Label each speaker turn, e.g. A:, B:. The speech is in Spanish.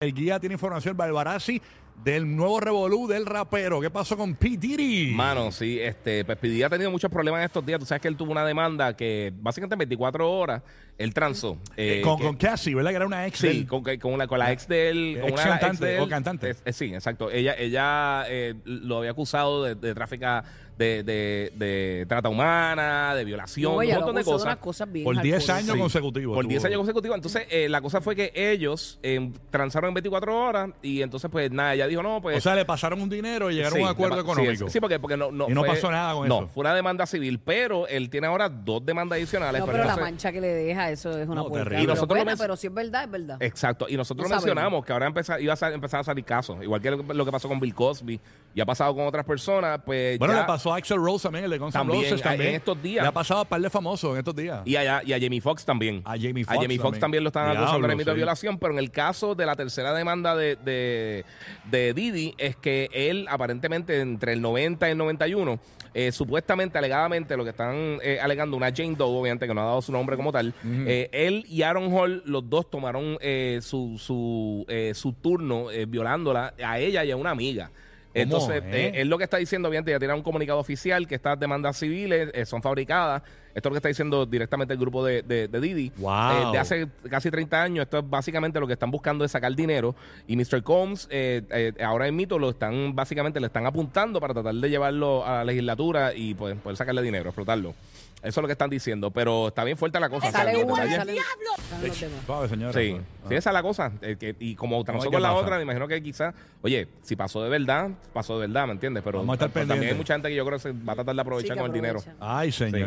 A: El guía tiene información, Barbarazzi, del nuevo revolú del rapero. ¿Qué pasó con P. Diddy?
B: Mano, sí, este, pues P. Diddy ha tenido muchos problemas en estos días. Tú sabes que él tuvo una demanda que básicamente en 24 horas él transó. eh,
A: con,
B: que-
A: con Cassie, ¿verdad? Que era una ex.
B: Sí,
A: del- Eh,
B: con, que- con la, con la ex de él. Con
A: Ex
B: una de las
A: cantante
B: de
A: o
B: él.
A: cantante.
B: Es- es- sí, exacto. Ella, ella eh, lo había acusado de, de tráfica, de, de- de trata humana, de violación,
C: No,
B: un
C: ella lo
B: montón de
C: acusó de
B: cosas.
C: unas cosas bien
A: por 10
C: hardcore.
A: años
B: Sí.
A: consecutivos.
B: Por
A: tuvo.
B: 10 años consecutivos. Entonces, eh, la cosa fue que ellos eh, transaron en 24 horas y entonces, pues nada, ella dijo, no, pues.
A: O sea, le pasaron un dinero y llegaron
B: Sí,
A: a un acuerdo
B: le pa- sí,
A: económico.
B: Sí, porque, porque no, no
A: Y no pasó nada con
B: no,
A: eso.
B: fue una demanda civil, pero él tiene ahora dos demandas adicionales.
C: No,
B: pero
C: pero la
B: entonces-
C: mancha que le deja, eso es una
A: No,
C: puerca.
A: terrible.
B: Y nosotros
C: pero,
B: lo
C: bueno,
B: men-
C: pero si es verdad, es verdad.
B: Exacto, y nosotros
C: No
B: mencionamos que ahora empezar, iba a sa- empezar a salir casos, igual que lo, que lo que pasó con Bill Cosby y ha pasado con otras personas, pues
A: bueno,
B: ya-
A: le pasó a Axel Rose también, el de Guns N'
B: También,
A: Roses
B: a-
A: también.
B: en estos días.
A: Le ha pasado a par de famosos en estos días.
B: y a, y a Jamie Foxx también.
A: Ah. A Jamie Foxx
B: Foxx
A: también.
B: también lo están acusando
A: Diablo,
B: de delito de
A: sí.
B: violación, pero en el caso de la tercera demanda de, de, de Didi es que él aparentemente entre el 90 y el 91, eh, supuestamente, alegadamente, lo que están eh, alegando una Jane Doe, obviamente que no ha dado su nombre como tal, eh, él y Aaron Hall, los dos tomaron eh, su, su, eh, su turno eh, violándola a ella y a una amiga. Entonces,
A: eh?
B: eh, él lo que está diciendo, obviamente, ya tiene un comunicado oficial que estas demandas civiles eh, son fabricadas. Esto es lo que está diciendo directamente el grupo de, de, de Didi.
A: Wow.
B: Eh, de hace casi 30 años, esto es básicamente lo que están buscando es sacar dinero. Y Mr. Combs, eh, eh, ahora en mito, lo están básicamente le están apuntando para tratar de llevarlo a la legislatura y pues, poder sacarle dinero, explotarlo. Eso es lo que están diciendo. Pero está bien fuerte la cosa. o sea,
C: Sale
B: los
C: uno y
B: detalles-
C: sale están los demás.
A: Suave, señora.
B: Sí,
A: Ah.
B: sí, esa es la cosa. eh, que- y como transó
A: ¿qué
B: con la
A: pasa?
B: otra, me imagino que quizás, oye, si pasó de verdad, pasó de verdad, ¿me entiendes? Pero
A: Vamos a estar
B: pero también
A: pendientes.
B: hay mucha gente que yo creo que se va a tratar de aprovechar
C: Sí, que
B: con el dinero.
C: aprovechan.
A: Ay, señor.